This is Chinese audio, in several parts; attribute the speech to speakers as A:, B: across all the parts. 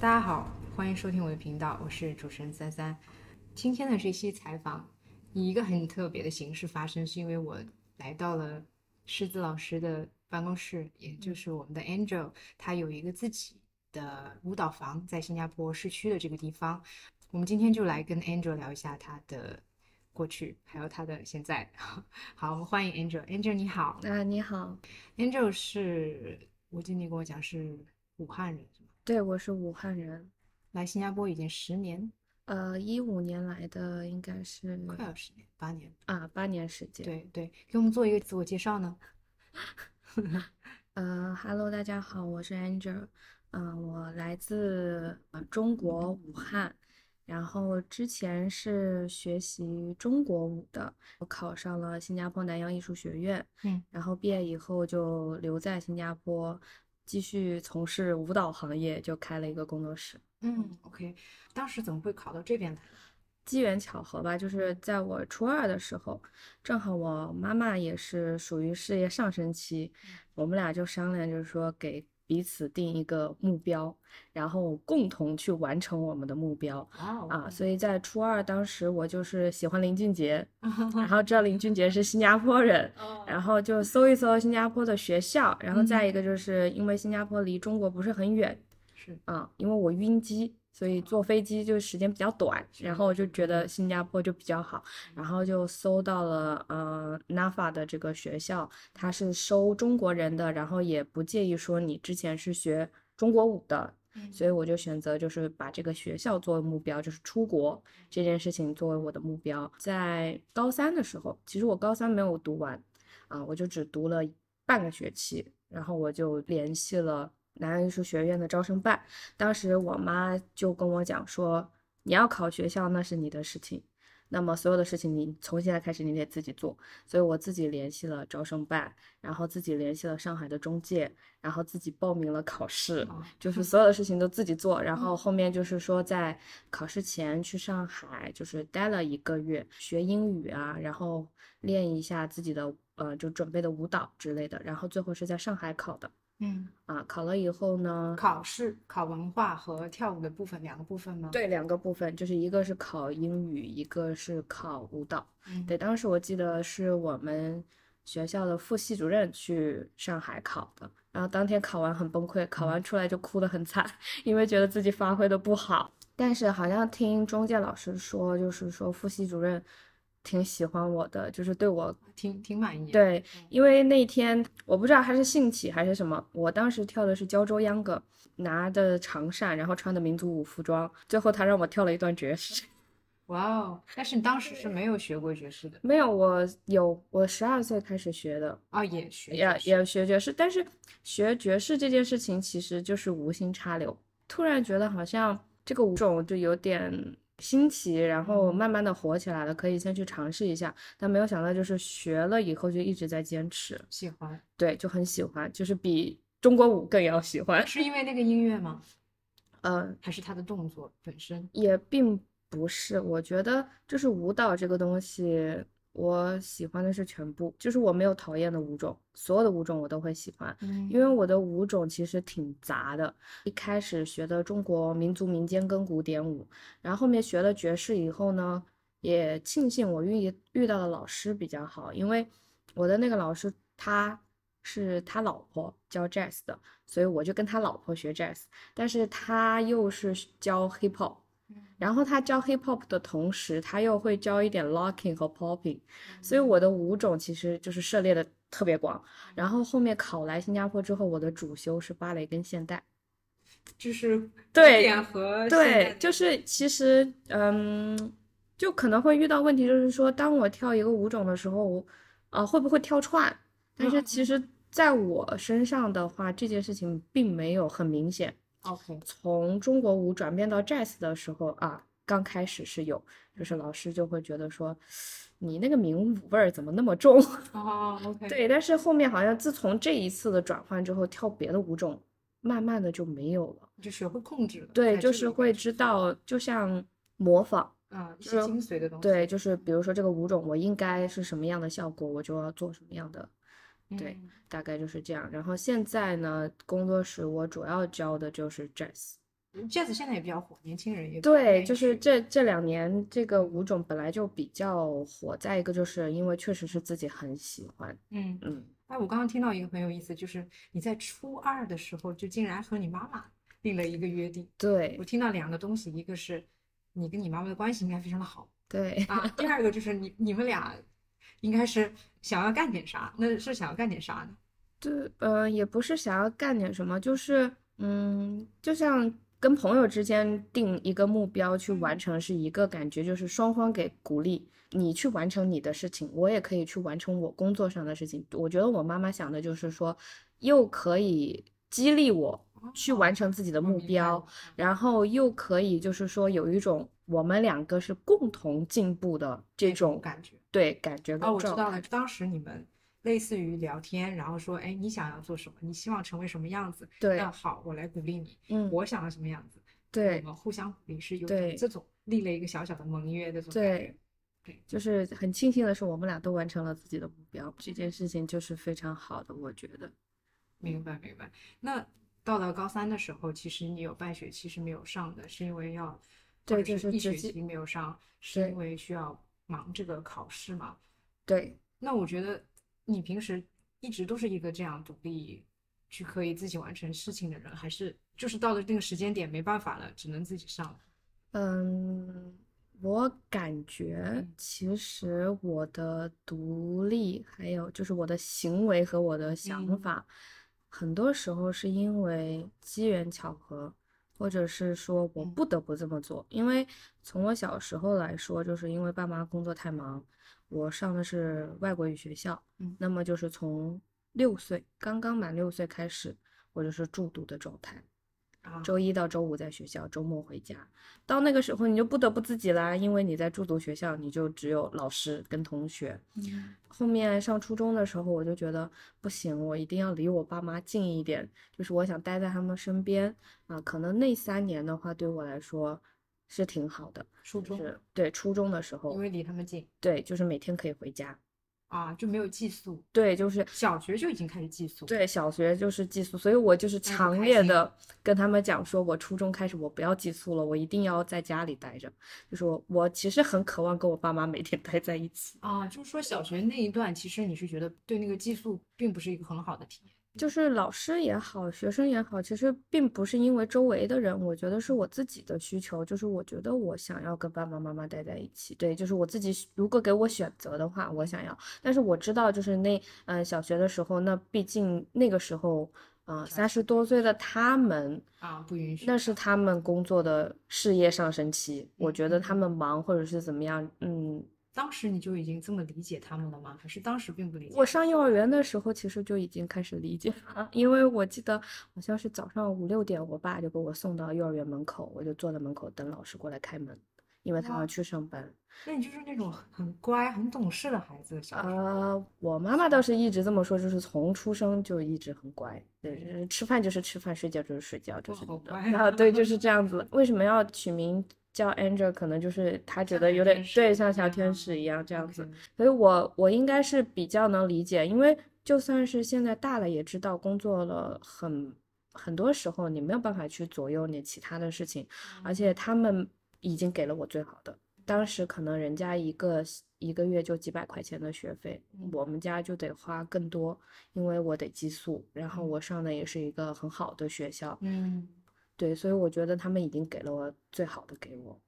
A: 大家好，欢迎收听我的频道，我是主持人三三。今天的这期采访以一个很特别的形式发生，是因为我来到了狮子老师的办公室，也就是我们的 Angel，他有一个自己的舞蹈房在新加坡市区的这个地方。我们今天就来跟 Angel 聊一下他的过去，还有他的现在。 好，我们欢迎 Angel。Angel 你好
B: 啊，你好，
A: ，Angel 是我记得你跟我讲是武汉人是吗？
B: 对，我是武汉人，
A: 来新加坡已经十年，
B: 呃，一五年来的，应该是
A: 快要十年，八年。
B: 啊八年时间。，
A: 对对，给我们做一个自我介绍呢。
B: 呃，Hello，大家好，我是 Angel，嗯、我来自呃中国武汉，然后之前是学习中国舞的，我考上了新加坡南洋艺术学院，
A: 嗯，
B: 然后毕业以后就留在新加坡，继续从事舞蹈行业，就开了一个工作室。
A: 嗯，OK，当时怎么会考到这边来？
B: 机缘巧合吧，就是在我初二的时候，正好我妈妈也是属于事业上升期，我们俩就商量，就是说给彼此定一个目标，然后共同去完成我们的目标
A: 哇哦
B: 啊。所以在初二当时，我就是喜欢林俊杰，然
A: 哦，
B: 后知道林俊杰是新加坡人，然后就搜一搜新加坡的学校，然后再一个就是因为新加坡离中国不是很远，
A: 是
B: 啊，因为我晕机，所以坐飞机就时间比较短，然后就觉得新加坡就比较好，然后就搜到了呃 NAFA 的这个学校，它是收中国人的，然后也不介意说你之前是学中国舞的，嗯所以我就选择就是把这个学校作为目标，就是出国这件事情作为我的目标。在高三的时候，其实我高三没有读完，啊，我就只读了半个学期，然后我就联系了南洋艺术学院的招生办，当时我妈就跟我讲说，你要考学校那是你的事情。那么所有的事情，你从现在开始你得自己做，所以我自己联系了招生办，然后自己联系了上海的中介，然后自己报名了考试，
A: 哦
B: 就是所有的事情都自己做，然后
A: 嗯
B: 后面就是说在考试前去上海，就是待了一个月，学英语啊，然后练一下自己的呃就准备的舞蹈之类的，然后最后是在上海考的
A: 嗯，
B: 啊，考了以后呢，
A: 考试、考文化和跳舞的部分两个部分吗？，
B: 对两个部分，就是一个是考英语，一个是考舞蹈。
A: 嗯，
B: 对，当时我记得是我们学校的副系主任去上海考的，然后当天考完很崩溃，考完出来就哭得很惨， 因为觉得自己发挥的不好。但是好像听中介老师说，就是说副系主任挺喜欢我的，就是对我
A: 挺挺满意。，
B: 对
A: 嗯，
B: 因为那天我不知道他是兴起还是什么，我当时跳的是胶州秧歌，拿着长扇，然后穿的民族舞服装，最后他让我跳了一段爵士。
A: 哇哦！但是你当时是没有学过爵士的
B: 没有，我有，我十二岁开始学的，
A: 啊，也学爵
B: 也
A: 士
B: 也学爵士，但是学爵士这件事情其实就是无心插柳，突然觉得好像这个舞种就有点新奇，然后
A: 嗯
B: 慢慢的火起来了，可以先去尝试一下，但没有想到就是学了以后就一直在坚持。
A: 喜欢，
B: 对，就很喜欢，就是比中国舞更要喜欢。
A: 是因为那个音乐吗？
B: 呃，
A: 还是他的动作本身？
B: 也并不是，我觉得就是舞蹈这个东西，我喜欢的是全部，就是我没有讨厌的舞种，所有的舞种我都会喜欢。
A: 嗯
B: 因为我的舞种其实挺杂的，一开始学的中国民族民间跟古典舞，然后后面学了爵士以后呢，也庆幸我遇遇到的老师比较好，因为我的那个老师他是他老婆教 jazz 的，所以我就跟他老婆学 jazz，但是他又是教 hip hop，然后他教 hip hop 的同时，他又会教一点 locking 和 popping，所
A: 嗯
B: 以我的舞种其实就是涉猎的特别广。然后后面考来新加坡之后，我的主修是芭蕾跟现代。
A: 就是古
B: 对
A: 典和哦现代
B: 对，
A: 的
B: 就是其实，嗯，就可能会遇到问题，就是说，当我跳一个舞种的时候，我啊、会不会跳串？但是
A: 嗯
B: 其实在我身上的话，这件事情并没有很明显。
A: OK，
B: 从中国舞转变到 jazz 的时候啊，刚开始是有，就是老师就会觉得说，你那个民舞味儿怎么那么重？
A: 哦，OK，
B: 对，但是后面好像自从这一次的转换之后，跳别的舞种，慢慢的就没有了。
A: 就学会控制了，
B: 对，
A: 在
B: 就
A: 这
B: 是
A: 里
B: 会
A: 面
B: 知道，就像模仿，
A: 嗯一
B: 就
A: 些
B: 是
A: 精髓的东西。
B: 对，就是比如说这个舞种，我应该是什么样的效果，我就要做什么样的，对
A: 嗯
B: 大概就是这样。然后现在呢，工作室我主要教的就是 jazz。
A: 嗯 jazz 现在也比较火，年轻人也比较愿
B: 对，
A: 意
B: 就是
A: 去
B: 这这两年这个舞种本来就比较火，再一个就是因为确实是自己很喜欢，
A: 嗯。
B: 嗯，
A: 哎，我刚刚听到一个很有意思，就是你在初二的时候就竟然和你妈妈定了一个约定。
B: 对
A: 我听到两个东西，一个是你跟你妈妈的关系应该非常的好
B: 对
A: 啊，第二个就是你你们俩应该是想要干点啥，那是想要干点啥呢？
B: 对，呃，也不是想要干点什么，就是嗯，就像跟朋友之间定一个目标去
A: 嗯
B: 完成是一个感觉，就是双方给鼓励，你去完成你的事情，我也可以去完成我工作上的事情。我觉得我妈妈想的就是说，又可以激励我去完成自己的
A: 哦我
B: 目
A: 明白
B: 标。
A: 了嗯
B: 然后又可以就是说有一种我们两个是共同进步的这
A: 那种
B: 种
A: 感觉。
B: 对感觉
A: 哦，
B: 跟
A: 我知
B: 状
A: 道
B: 态。
A: 了，当时你们类似于聊天，然后说，哎，你想要做什么？你希望成为什么样子？
B: 对
A: 那，好，我来鼓励你。
B: 嗯，
A: 我想要什么样子？
B: 对
A: 我们互相鼓励是有
B: 对
A: 种这种立了一个小小的盟约的这种感觉
B: 对。，就是很庆幸的是，我们俩都完成了自己的目标，这件事情就是非常好的，我觉得。
A: 明白明白。那到了高三的时候，其实你有半学期是没有上的，是因为要，或
B: 对
A: 者
B: 就是是
A: 一
B: 直
A: 学
B: 接
A: 期没有上，是
B: 对
A: 因为需要忙这个考试嘛？
B: 对，
A: 那我觉得你平时一直都是一个这样独立去可以自己完成事情的人，还是就是到了那个时间点没办法了，只能自己上了？
B: 嗯，我感觉
A: 嗯
B: 其实我的独立，还有就是我的行为和我的想
A: 嗯
B: 法，很多时候是因为机缘巧合，或者是说我
A: 嗯
B: 不得不这么做。因为从我小时候来说，就是因为爸妈工作太忙，我上的是外国语学校
A: 嗯，
B: 那么就是从六岁，刚刚满六岁开始，我就是住读的状态。
A: 啊，
B: 周一到周五在学校，周末回家。到那个时候，你就不得不自己啦，因为你在住读学校，你就只有老师跟同学。
A: 嗯
B: 后面上初中的时候，我就觉得不行，我一定要离我爸妈近一点，就是我想待在他们身边啊。可能那三年的话，对我来说是挺好的，
A: 初
B: 就
A: 中
B: 是对初中的时候
A: 因，为离他们近
B: 对，就是每天可以回家，
A: 啊，就没有寄宿，
B: 对，就是
A: 小学就已经开始寄宿，，
B: 对，小学就是寄宿，所以我就是
A: 那不
B: 强
A: 开
B: 烈
A: 心
B: 的跟他们讲说，我初中开始我不要寄宿了，我一定要在家里待着。就是我，我其实很渴望跟我爸妈每天待在一起，
A: 啊，就是说小学那一段，其实你是觉得对那个寄宿并不是一个很好的体验。
B: 就是老师也好，学生也好，其实并不是因为周围的人，我觉得是我自己的需求，就是我觉得我想要跟爸爸妈妈待在一起，对，就是我自己是如果给我选择的话，我想要，但是我知道就是那嗯、呃小学的时候，那毕竟那个时候。嗯，三十多岁的他们，
A: 啊，不允许。
B: 那是他们工作的事业上升期，我
A: 嗯
B: 觉得
A: 嗯
B: 他们忙或者是怎么样，嗯，
A: 当时你就已经这么理解他们了吗？还是当时并不理解？
B: 我上幼儿园的时候其实就已经开始理解了，因为我记得好像是早上五六点，我爸就给我送到幼儿园门口，我就坐在门口等老师过来开门，因为他要
A: 哇
B: 去上班。
A: 那你就是那种很乖、很懂事的孩子，小时候。
B: 呃，我妈妈倒是一直这么说，就是从出生就一直很乖，对，就是吃饭就是吃饭，睡觉就是睡觉，就
A: 嗯哇
B: 是
A: 好
B: 的
A: 乖
B: 啊，对，就是这样子。为什么要取名叫 Angel？可能就是她觉
A: 像
B: 得
A: 小
B: 有点
A: 天使
B: 对，
A: 一
B: 像小
A: 样
B: 天使一样这样子。
A: OK
B: 所以我我应该是比较能理解，因为就算是现在大了，也知道工作了很很多时候你没有办法去左右你其他的事情，而
A: 嗯
B: 且他们已经给了我最好的。当时可能人家一个一个月就几百块钱的学费，
A: 嗯
B: 我们家就得花更多，因为我得寄宿，然后我上的也是一个很好的学校，
A: 嗯，
B: 对，所以我觉得他们已经给了我最好的给我。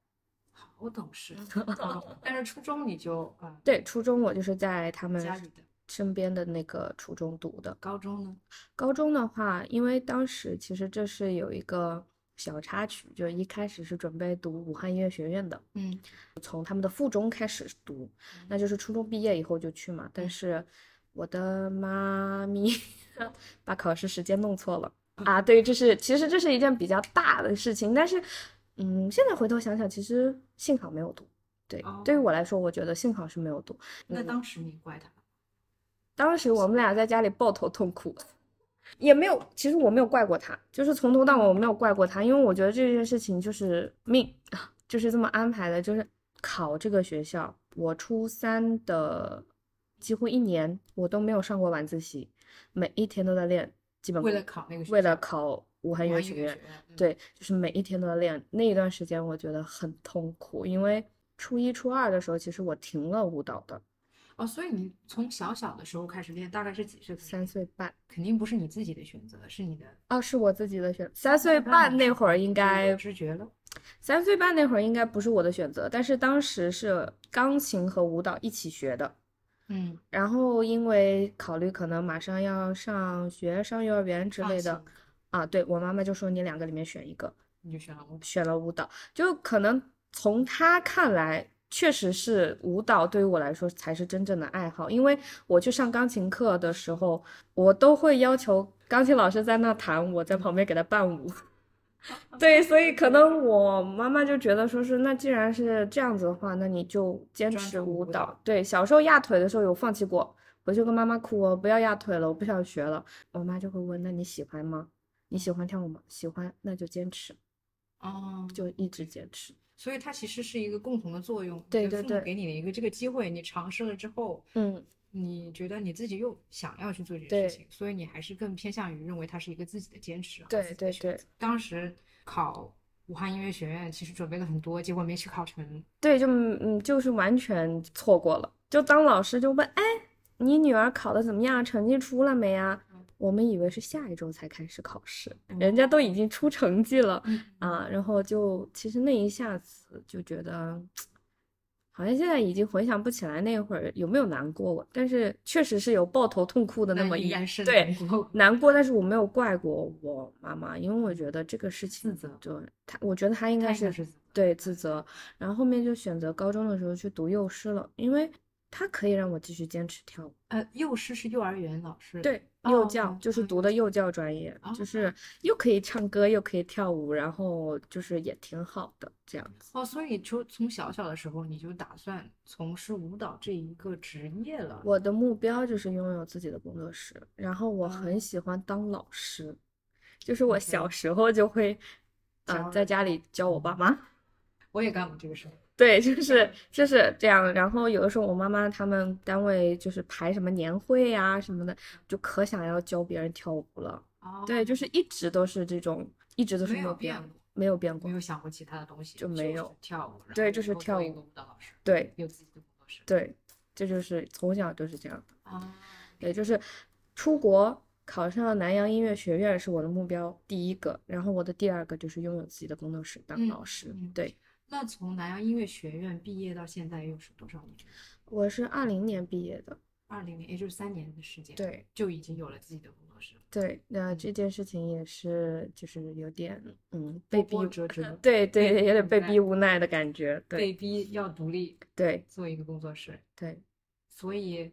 A: 好懂 事。哦但是初中你就呃
B: 对，初中我就是在他们
A: 家里的，
B: 身边的那个初中读的，
A: 高中呢？
B: 高中的话，因为当时其实这是有一个小插曲，就一开始是准备读武汉音乐学院的，
A: 嗯，
B: 从他们的附中开始读，那就是初中毕业以后就去嘛。但
A: 嗯
B: 是我的妈咪 把考试时间弄错了啊！对，这是其实这是一件比较大的事情，但是嗯，现在回头想想，其实幸好没有读。对，对于我来说，我觉得幸好是没有读。
A: 那
B: 嗯
A: 当时你怪他吗？
B: 当时我们俩在家里抱头痛哭，也没有，其实我没有怪过他，就是从头到尾我没有怪过他，因为我觉得这件事情就是命， 就是这么安排的，就是考这个学校，我初三的几乎一年我都没有上过晚自习，每一天都在练基本
A: 为
B: 功
A: 了考那个学
B: 为
A: 校
B: 了考武汉
A: 武
B: 音乐
A: 汉
B: 学
A: 乐
B: 院
A: 学。院，嗯，
B: 对，就是每一天都在练。那一段时间我觉得很痛苦，因为初一、初二的时候，其实我停了舞蹈的，
A: 哦，所以你从小小的时候开始练，大概是几岁开始
B: 三
A: 练？
B: 岁半。
A: 肯定不是你自己的选择，是你的
B: 啊，是我自己的选，三岁
A: 岁
B: 半
A: 半
B: 那
A: 是
B: 会儿应
A: 自己
B: 该
A: 的知觉了。
B: 三岁半那会儿应该不是我的选择，但是当时是钢琴和舞蹈一起学的。
A: 嗯，
B: 然后因为考虑可能马上要上学、上幼儿园之
A: 放
B: 类的
A: 心，
B: 啊，对，我妈妈就说你两个里面选一个，
A: 你就选了我。
B: 选了舞蹈。就可能从她看来，确实是舞蹈对于我来说才是真正的爱好，因为我去上钢琴课的时候，我都会要求钢琴老师在那弹，我在旁边给他伴舞。 对，所以可能我妈妈就觉得说是，那既然是这样子的话，那你就坚
A: 专
B: 持
A: 注
B: 舞
A: 舞
B: 蹈。
A: 蹈
B: 对，小时候压腿的时候有放弃过，我就跟妈妈哭，我不要压腿了，我不想学了。我妈就会问，那你喜欢吗？你喜欢跳舞吗？喜欢，那就坚持，
A: 哦，
B: 就一直坚持。
A: 所以它其实是一个共同的作用，
B: 对
A: 就
B: 对
A: 父母
B: 对
A: 给你的一个这个机会，你尝试了之后，
B: 嗯，
A: 你觉得你自己又想要去做这件
B: 对
A: 事情，所以你还是更偏向于认为它是一个自己的坚持和
B: 对
A: 自己的
B: 对
A: 选
B: 对
A: 择。当时考武汉音乐学院，其实准备了很多，结果没去考成。
B: 对，就嗯就是完全错过了。就当老师就问，哎，你女儿考的怎么样？成绩出了没啊？我们以为是下一周才开始考试，人家都已经出成绩了。
A: 嗯，
B: 啊，然后就其实那一下子就觉得，好像现在已经回想不起来那会儿有没有难过过，但是确实是有抱头痛哭的那
A: 那
B: 么
A: 依
B: 一
A: 然是
B: 对
A: 难过
B: 难过，但是我没有怪过我妈妈，因为我觉得这个事情
A: 责
B: 就她，我觉得她应该
A: 她应该
B: 是
A: 是自责
B: 对自责，然后后面就选择高中的时候去读幼师了，因为她可以让我继续坚持跳舞。
A: 呃，幼师是幼儿园老师，
B: 对，幼
A: 哦
B: 教就是
A: 哦
B: 读的幼教专业，就是又可以唱歌，又可以跳舞，然后就是也挺好的这样子。
A: 哦，所以就从小小的时候你就打算从事舞蹈这一个职业了。
B: 我的目标就是拥有自己的工作室，然后我很
A: 哦
B: 喜欢当老师，就是我
A: OK
B: 小时候就会，嗯、
A: 教
B: 在
A: 人
B: 家里教我爸妈。
A: 我也干过这个事儿，
B: 对，就是
A: 嗯
B: 就是这样。然后有的时候我妈妈他们单位就是排什么年会啊什么的，就可想要教别人跳舞了。
A: 哦，
B: 对，就是一直都是这种，一直都是
A: 没有
B: 变
A: 变过，
B: 没有变过
A: 没。有想过其他的东西，
B: 就没
A: 是
B: 有
A: 跳舞，然
B: 对
A: 后
B: 就
A: 以
B: 是
A: 后
B: 跳
A: 做一
B: 舞
A: 个舞蹈老师，
B: 对
A: 有自己的工作室
B: 对，这就是从小就是这样的。
A: 啊。
B: 对，就是出国考上南洋音乐学院是我的目标第一个，然后我的第二个就是拥有自己的工作室当
A: 嗯
B: 老师。
A: 嗯
B: 对，
A: 那从南洋音乐学院毕业到现在又是多少年？
B: 我是二零年毕业的。
A: 二零年，也就是三年的时间，，
B: 对
A: 就已经有了自己的工作室了。
B: 对，那
A: 嗯
B: 这件事情也是就是有点嗯被
A: 波
B: 逼
A: 波
B: 无，
A: 折折
B: 对对，
A: 被逼
B: 有点
A: 无
B: 被
A: 奈
B: 逼无奈的感觉。
A: 被
B: 对
A: 逼要独立
B: 对
A: 做一个工作室，
B: 对，
A: 所以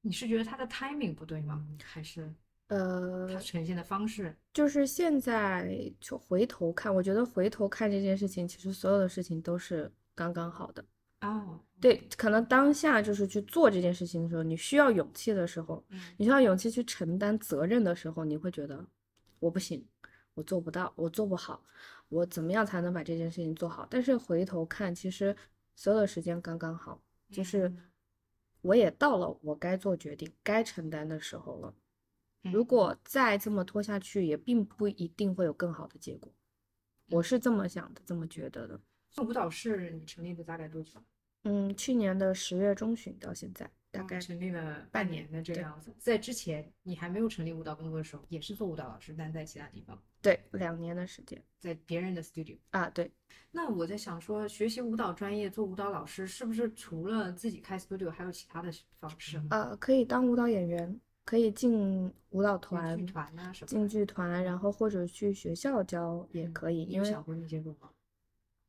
A: 你是觉得它的 timing 不对吗？还是
B: 呃，
A: 它呈现的方式？
B: 就是现在就回头看，我觉得回头看这件事情，其实所有的事情都是刚刚好的。
A: 哦，
B: 嗯对，可能当下就是去做这件事情的时候，你需要勇气的时候，
A: 嗯，
B: 你需要勇气去承担责任的时候，你会觉得我不行，我做不到，我做不好，我怎么样才能把这件事情做好？但是回头看，其实所有的时间刚刚好，就是
A: 嗯
B: 我也到了我该做决定、该承担的时候了。如
A: 嗯
B: 果再这么拖下去，也并不一定会有更好的结果。我
A: 嗯
B: 是这么想的，这么觉得的。
A: 做舞蹈室你成立的大概多久？
B: 嗯，去年的十月中旬到现在，大
A: 嗯
B: 概
A: 成立了
B: 半
A: 半
B: 年
A: 年的这个
B: 对
A: 样子。在之前你还没有成立舞蹈工作的时候，也是做舞蹈老师，但在其他地方，
B: 对两年的时间
A: 在别人的 studio。
B: 啊，对，
A: 那我在想说，学习舞蹈专业做舞蹈老师，是不是除了自己开 studio，还有其他的方式？
B: 呃，可以当舞蹈演员，可以进舞蹈团
A: 剧、团呐、什么的？
B: 进剧团，然后或者去学校教也
A: 嗯
B: 可以，
A: 你
B: 因
A: 有
B: 为
A: 想过那些路吗？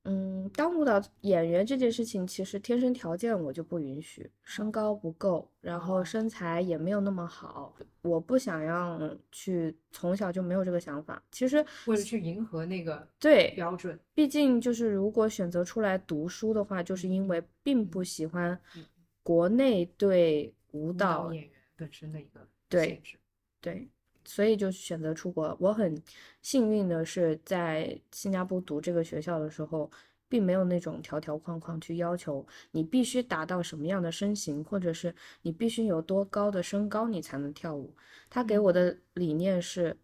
B: 嗯，当舞蹈演员这件事情，其实天生条件我就不允许，身高不够，然后
A: 嗯哦
B: 身材也没有那么好，我不想要去，从小就没有这个想法。其实
A: 为了去迎合那个
B: 对，
A: 标准，
B: 毕竟就是如果选择出来读书的话，就是因为并不喜欢
A: 嗯
B: 国内对舞
A: 舞
B: 蹈
A: 蹈演员本身的一个
B: 对
A: 限制。
B: 对，所以就选择出国。我很幸运的是，在新加坡读这个学校的时候，并没有那种条条框框去要求你必须达到什么样的身形，或者是你必须有多高的身高你才能跳舞。他给我的理念是，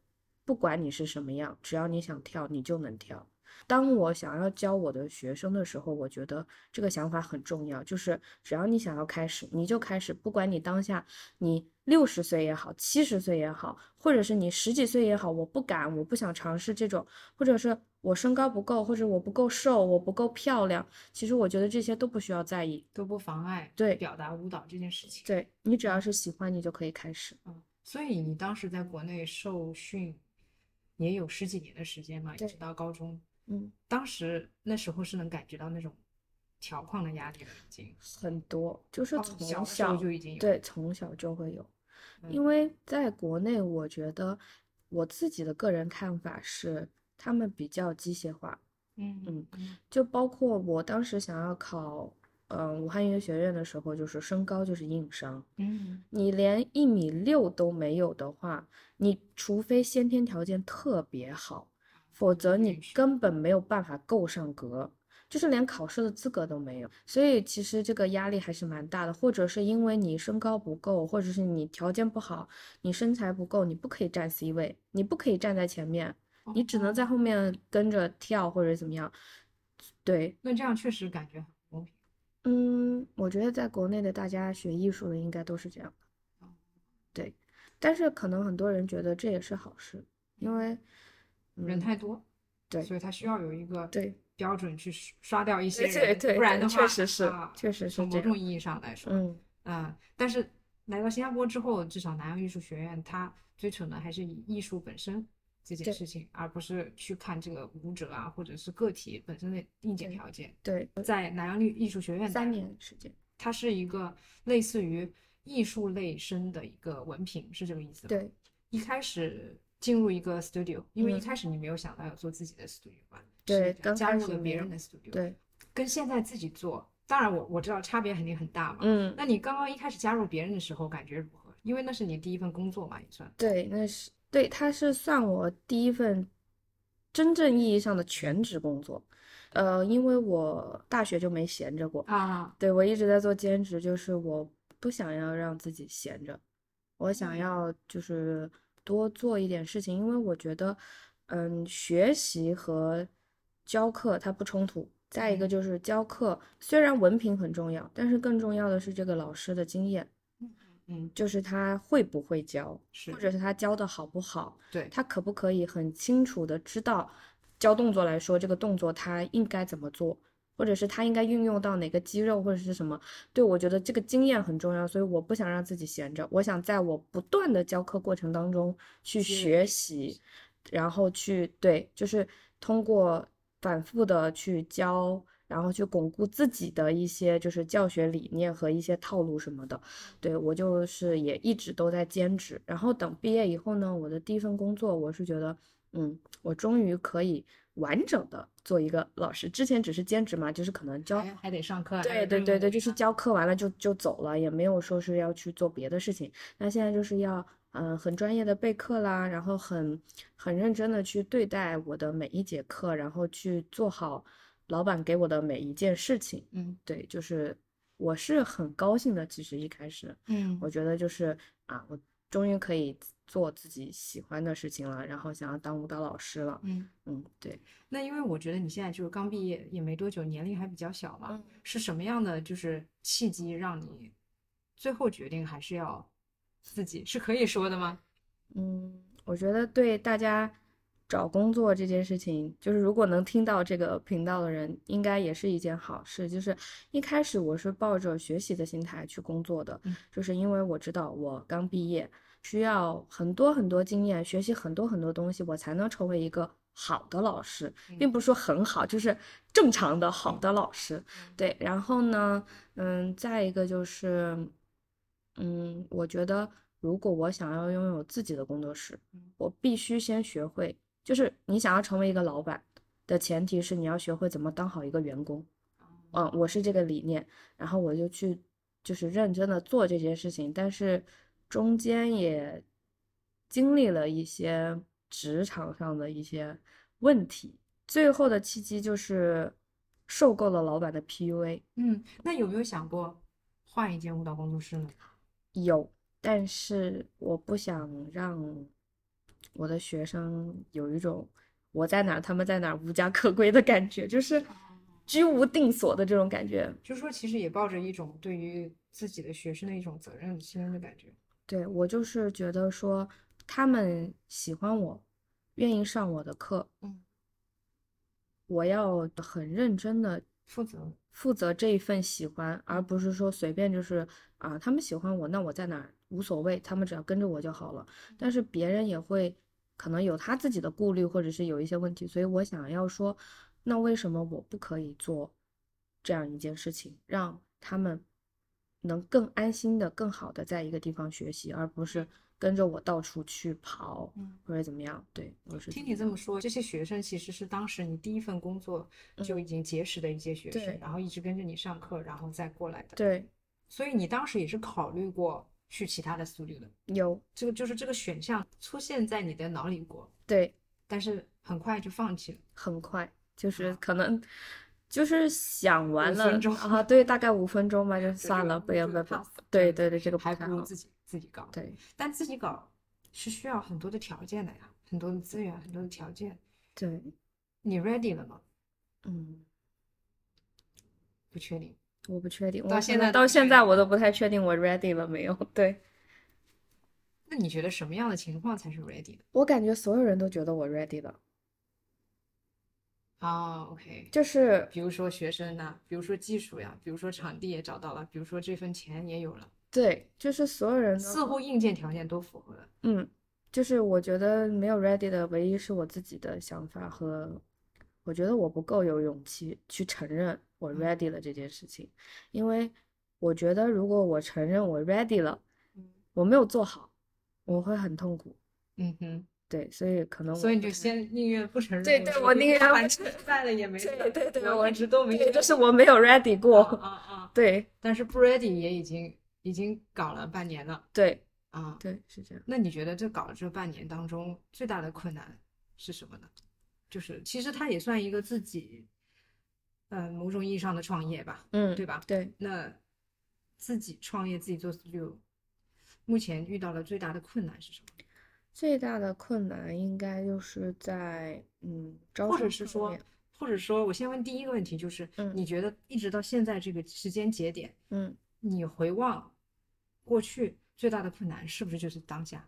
B: 不管你是什么样，只要你想跳，你就能跳。当我想要教我的学生的时候，我觉得这个想法很重要，就是只要你想要开始，你就开始，不管你当下你六十岁也好，七十岁也好，或者是你十几岁也好，我不敢，我不想尝试这种，或者是我身高不够，或者我不够瘦，我不够漂亮，其实我觉得这些都不需要在意，
A: 都不妨碍
B: 对
A: 表达舞蹈这件事情。
B: 对你只要是喜欢，你就可以开始。
A: 所以你当时在国内受训也有十几年的时间嘛，一
B: 对
A: 直到高中。
B: 嗯，
A: 当时那时候是能感觉到那种条框的压力了，已经。
B: 很多就是
A: 哦
B: 从
A: 小
B: 小
A: 的时候就已经有。
B: 对，从小就会有。因
A: 嗯
B: 为在国内，我觉得我自己的个人看法是，他们比较机械化，
A: 嗯
B: 嗯
A: 嗯
B: 就包括我当时想要考，嗯，武汉音乐学院的时候，就是身高就是硬伤，
A: 嗯
B: 你连一米六都没有的话，你除非先天条件特别好，否则你
A: 允许
B: 根本没有办法够上格，就是连考试的资格都没有。所以其实这个压力还是蛮大的，或者是因为你身高不够，或者是你条件不好，你身材不够，你不可以站 C 位，你不可以站在前面，你只能在
A: 哦
B: 后面跟着跳或者怎么样。对，
A: 那这样确实感觉很不公平。
B: 嗯，我觉得在国内的大家学艺术的应该都是这样的
A: 哦，
B: 对，但是可能很多人觉得这也是好事，因为，
A: 人
B: 嗯，
A: 太多，
B: 对
A: 所以他需要有一个
B: 对
A: 标准去刷刷掉一些
B: 对
A: 人，
B: 对对
A: 不然
B: 对
A: 的
B: 确
A: 话，
B: 实是
A: 啊
B: 确实是
A: 从
B: 这
A: 某
B: 样
A: 种意义上来说，
B: 嗯，
A: 嗯，但是来到新加坡之后，至少南洋艺术学院它追求的还是以艺术本身这件
B: 对
A: 事情，而不是去看这个舞者啊，或者是个体本身的硬件
B: 对
A: 条件。
B: 对，
A: 在南洋艺艺术学院
B: 三
A: 待
B: 年时间，
A: 它是一个类似于艺术类生的一个文凭，是这个意思吗？
B: 对，
A: 一开始进入一个 studio，因为一
B: 嗯
A: 开始你没有想到要做自己的 studio 吧？是
B: 对刚
A: 加
B: 开
A: 入
B: 始
A: 了
B: 没
A: 别
B: 有
A: 人的 studio，，
B: 对，
A: 跟现在自己做，当然我我知道差别肯定很大嘛。
B: 嗯，
A: 那你刚刚一开始加入别人的时候感觉如何？因为那是你第一份工作嘛，也算。
B: 对，那是对，它是算我第一份真正意义上的全职工作，呃，因为我大学就没闲着过。
A: 啊，
B: 对，我一直在做兼职，就是我不想要让自己闲着，我想
A: 嗯
B: 要就是多做一点事情，因为我觉得，嗯，学习和教课它不冲突。再一个
A: 嗯
B: 就是教课，虽然文凭很重要，但是更重要的是这个老师的经验，
A: 嗯，
B: 就是他会不会教，
A: 是
B: 或，者是他教的好不好，
A: 对，
B: 他可不可以很清楚的知道，教动作来说，这个动作他应该怎么做，或者是他应该运用到哪个肌肉或者是什么？对，我觉得这个经验很重要，所以我不想让自己闲着，我想在我不断的教课过程当中去
A: 积累
B: 学习，然后去对，就是通过反复的去教。然后去巩固自己的一些就是教学理念和一些套路什么的，对，我就是也一直都在兼职，然后等毕业以后呢，我的第一份工作，我是觉得，嗯，我终于可以完整的做一个老师。之前只是兼职嘛，就是可能教，
A: 还还得上课，哎啊还
B: 对
A: 有
B: 对
A: 任
B: 对对，
A: 务
B: 就是
A: 呀
B: 教课完了就就走了，也没有说是要去做别的事情。那现在就是要，嗯、很专业的备课啦，然后很很认真的去对待我的每一节课，然后去做好老板给我的每一件事情。
A: 嗯
B: 对，就是我是很高兴的，其实一开始。
A: 嗯
B: 我觉得就是啊，我终于可以做自己喜欢的事情了，然后想要当舞蹈老师了。
A: 嗯。
B: 嗯，对，
A: 那因为我觉得你现在就是刚毕业也没多久，年龄还比较小嘛，
B: 嗯
A: 是什么样的就是契机让你最后决定还是要自己是可以说的吗？
B: 嗯，我觉得对大家找工作这件事情，就是如果能听到这个频道的人，应该也是一件好事。就是一开始我是抱着学习的心态去工作的
A: 嗯，
B: 就是因为我知道我刚毕业，需要很多很多经验，学习很多很多东西，我才能成为一个好的老师，并不是说很好，就是正常的好的老师。对，然后呢，嗯，再一个就是，嗯，我觉得如果我想要拥有自己的工作室
A: 嗯，
B: 我必须先学会，就是你想要成为一个老板的前提是你要学会怎么当好一个员工。嗯，我是这个理念，然后我就去就是认真的做这些事情，但是中间也经历了一些职场上的一些问题，最后的契机就是受够了老板的 PUA。
A: 嗯，那有没有想过换一间舞蹈工作室呢？
B: 有，但是我不想让我的学生有一种我在哪儿，他们在哪儿，无家可归的感觉，就是居无定所的这种感觉。
A: 就是说其实也抱着一种对于自己的学生的一种责任心的感觉。
B: 对我就是觉得说，他们喜欢我，愿意上我的课，
A: 嗯，
B: 我要很认真的
A: 负责，
B: 负责这一份喜欢，而不是说随便就是啊，他们喜欢我，那我在哪儿无所谓，他们只要跟着我就好了。
A: 嗯
B: 但是别人也会可能有他自己的顾虑，或者是有一些问题，所以我想要说，那为什么我不可以做这样一件事情，让他们能更安心的、更好的在一个地方学习，而不是跟着我到处去跑
A: 嗯。
B: 或者怎么样？对，我是
A: 听你这么说，这些学生其实是当时你第一份工作就已经结识的一些学生，
B: 嗯对
A: 然后一直跟着你上课，然后再过来的。
B: 对
A: 所以你当时也是考虑过去其他的 studio 的，
B: 有
A: 这个就是这个选项出现在你的脑里过，
B: 对
A: 但是很快就放弃了。
B: 很快，就是
A: 啊
B: 可能就是想完
A: 五
B: 了
A: 分钟
B: 啊，对，大概五分钟吧，就
A: 就
B: 算
A: 这个
B: 了，不要
A: 这
B: 不
A: 个
B: 要不要
A: pass，，
B: 对
A: 嗯
B: 对对，这个不
A: 还
B: 太
A: 不如
B: 好，
A: 自己自己搞。
B: 对
A: 但自己搞是需要很多的条件的呀，很多的资源，很多的条件。
B: 对，
A: 你 ready 了吗？
B: 嗯，
A: 不确定。
B: 我不确定，我
A: 到
B: 可
A: 现
B: 能
A: 在都
B: 到
A: 不
B: 现
A: 确
B: 在
A: 定
B: 我都不太确定我 ready 了没有， 对。
A: 那你觉得什么样的情况才是 ready 的？
B: 我感觉所有人都觉得我 ready 了，
A: 啊，OK、o k
B: 就是
A: 比如说学生呐、比如说技术呀、比如说场地也找到了，比如说这份钱也有了，
B: 对，就是所有人
A: 似
B: 都，
A: 乎硬件条件都符合了。
B: 嗯，就是我觉得没有 ready 的，唯一是我自己的想法和我觉得我不够有勇气去承认我
A: 嗯
B: ready 了这件事情，因为我觉得如果我承认我 ready 了，
A: 嗯
B: 我没有做好，我会很痛苦。
A: 嗯哼，
B: 对，所以可能
A: 所以
B: 嗯我
A: 你
B: 不
A: 就
B: 太
A: 先宁愿不承认。
B: 对对我宁愿不
A: 完
B: 承
A: 成败了也没事
B: 对。对对，
A: 我一直都没觉
B: 对，就
A: 得
B: 是我没有 ready
A: 啊
B: 过。
A: 啊啊！
B: 对
A: 但是不 ready 也已经已经搞了半年了
B: 对
A: 啊。
B: 对，是这样。
A: 那你觉得这搞了这半年当中最大的困难是什么呢？就是其实它也算一个自己，呃，某种意义上的创业吧，
B: 嗯，
A: 对吧？
B: 对，
A: 那自己创业自己做 studio，目前遇到了最大的困难是什么？
B: 最大的困难应该就是在嗯招
A: 或者
B: 生
A: 是
B: 方
A: 说
B: 面，
A: 或者说，我先问第一个问题，就是
B: 嗯
A: 你觉得一直到现在这个时间节点，
B: 嗯，
A: 你回望过去最大的困难是不是就是当下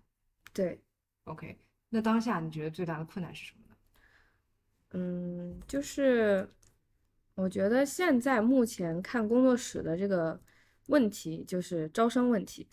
B: 对，
A: ？OK，那当下你觉得最大的困难是什么呢？
B: 嗯，就是我觉得现在目前看工作室的这个问题就是招生问题，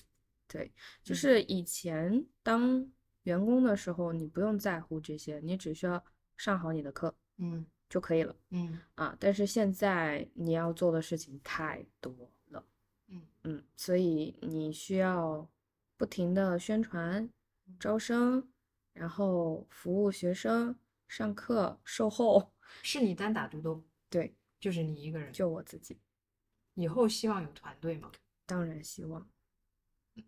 B: 对，就
A: 嗯
B: 是以前当员工的时候，你不用在乎这些，你只需要上好你的课
A: 嗯
B: 就可以了
A: 嗯
B: 啊。但是现在你要做的事情太多了，
A: 嗯
B: 嗯，所以你需要不停的宣传、
A: 嗯
B: 招生，然后服务学生、上课、售后。
A: 是你单打独斗，
B: 对，
A: 就是你一个人。
B: 就我自己，
A: 以后希望有团队吗
B: 当然希望，
A: 嗯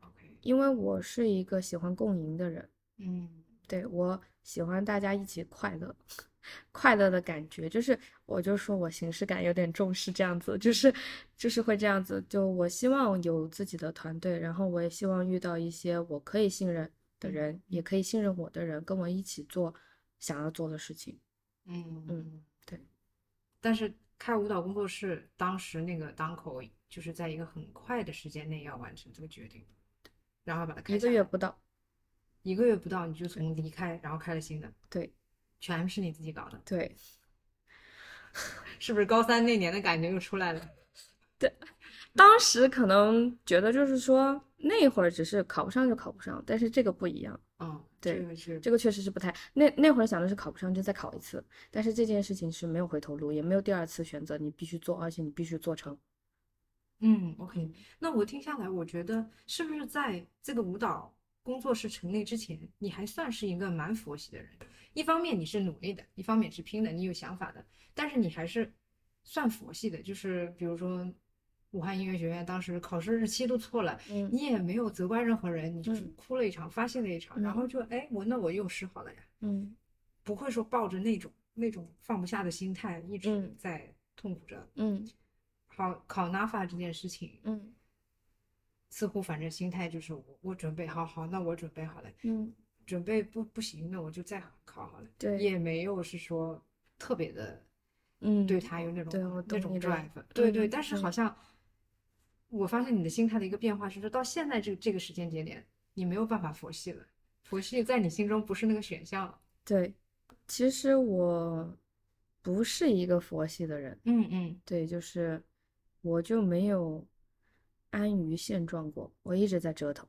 A: ？OK，
B: 因为我是一个喜欢共赢的人，
A: 嗯
B: 对，我喜欢大家一起快乐， 快乐的感觉，就是我就说我形式感有点重视这样子，就是就是会这样子，就我希望有自己的团队，然后我也希望遇到一些我可以信任的
A: 嗯
B: 人，也可以信任我的人，跟我一起做想要做的事情。
A: 嗯
B: 嗯，对。
A: 但是开舞蹈工作室当时那个档口，就是在一个很快的时间内要完成这个决定，然后把它开
B: 一个
A: 下
B: 月
A: 来
B: 不到，
A: 一个月不到你就从离开，然后开了新的，
B: 对
A: 全是你自己搞的，
B: 对
A: 是不是高三那年的感觉又出来了？
B: 当时可能觉得就是说那会儿只是考不上就考不上，但是这个不一样，
A: 嗯，
B: 对
A: 这个是
B: 这个确实是不太。那那会儿想的是考不上就再考一次，但是这件事情是没有回头路，也没有第二次选择，你必须做，而且你必须做成。
A: 嗯，OK，那我听下来，我觉得是不是在这个舞蹈工作室成立之前，你还算是一个蛮佛系的人？一方面你是努力的，一方面是拼的，你有想法的，但是你还是算佛系的。就是比如说，武汉音乐学院当时考试日期都错了，
B: 嗯
A: 你也没有责怪任何人，你就是
B: 嗯
A: 哭了一场，发泄了一场，然
B: 嗯
A: 后就哎，我那我又试好了呀，
B: 嗯
A: 不会说抱着那种那种放不下的心态一直
B: 嗯
A: 在痛苦着。
B: 嗯
A: 考考 NAFA 这件事情。
B: 嗯
A: 似乎反正心态就是我我准备好好，那我准备好了，
B: 嗯
A: 准备不不行，那我就再考好了，
B: 对
A: 也没有是说特别的
B: 嗯，
A: 对他有那种
B: 对我
A: 那
B: 懂
A: 种
B: 你的
A: drive，对对，
B: 嗯
A: 但是
B: 嗯
A: 好像我发现你的心态的一个变化是说，到现在这这个时间节点，你没有办法佛系了，佛系在你心中不是那个选项了。
B: 对，其实我不是一个佛系的人，
A: 嗯嗯
B: 对，就是我就没有安于现状过，我一直在折腾，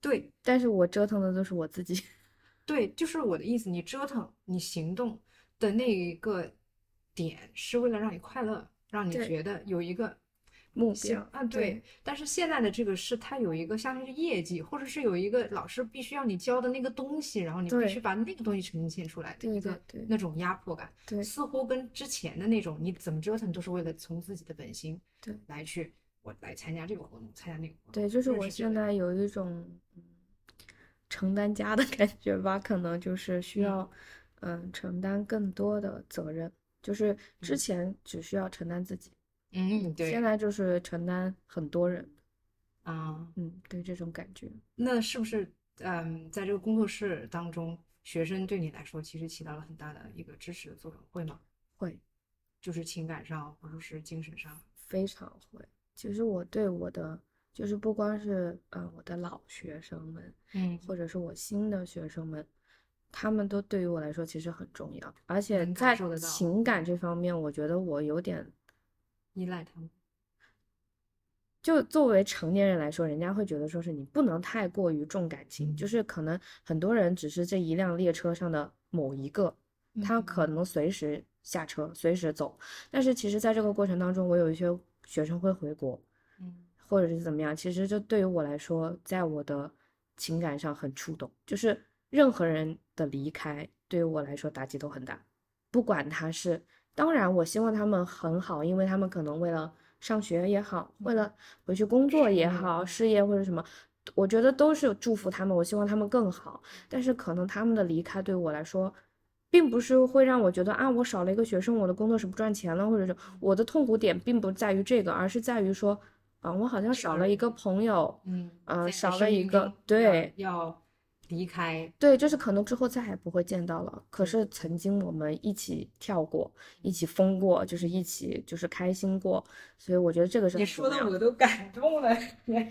A: 对
B: 但是我折腾的都是我自己。
A: 对，就是我的意思，你折腾，你行动的那一个点是为了让你快乐，让你
B: 对
A: 觉得有一个
B: 目
A: 行
B: 标
A: 啊，对
B: 对。
A: 但是现在的这个是它有一个像是业绩，或者是有一个老师必须要你教的那个东西，然后你必
B: 对
A: 须把那个东西呈现出来的
B: 对
A: 一
B: 对
A: 个
B: 对
A: 那种压迫感，
B: 对
A: 似乎跟之前的那种你怎么折腾都是为了从自己的本心
B: 对
A: 来去我来参加这个活动，参加那个活动，
B: 对，就是
A: 真
B: 我
A: 是觉
B: 现
A: 得
B: 在有一种嗯承担家的 感觉吧，可能就是需
A: 嗯
B: 要嗯承担更多的责任，就是
A: 嗯
B: 之前只需要承担自己，
A: 嗯对
B: 现在就是承担很多人，
A: 啊。
B: 嗯，对这种感觉，
A: 那是不是嗯，在这个工作室当中，学生对你来说其实起到了很大的一个支持的作用，会吗？
B: 会
A: 就是情感上或者是精神上，
B: 非常会。其实我对我的就是不光是嗯、呃我的老学生们，
A: 嗯
B: 或者是我新的学生们，他们都对于我来说其实很重要，而且
A: 能感
B: 在
A: 受得到
B: 情感这方面，我觉得我有点，
A: 依赖他们。
B: 就作为成年人来说，人家会觉得说是你不能太过于重感情，就是可能很多人只是这一辆列车上的某一个，他可能随时下车，随时走，但是其实在这个过程当中，我有一些学生会回国，
A: 嗯
B: 或者是怎么样，其实这对于我来说，在我的情感上很触动。就是任何人的离开，对于我来说打击都很大，不管他是，当然我希望他们很好，因为他们可能为了上学也好，为了回去工作
A: 事
B: 也
A: 业
B: 好，
A: 嗯
B: 事业或者什么。我觉得都是祝福他们，我希望他们更好。但是可能他们的离开对我来说，并不是会让我觉得啊，我少了一个学生，我的工作是不赚钱了，或者是我的痛苦点并不在于这个，而是在于说，啊，我好像
A: 这
B: 少
A: 个
B: 了一
A: 人
B: 个朋友，
A: 嗯
B: 呃
A: 在你的
B: 少了
A: 生
B: 一
A: 命
B: 个
A: 中
B: 对
A: 要要离开，
B: 对，就是可能之后再也不会见到了。可
A: 对
B: 是曾经我们一起跳过，一起疯过，就是一起就是开心过，所以我觉得这个是
A: 你
B: 很
A: 说
B: 重嗯
A: 的
B: 要
A: 我都感动了。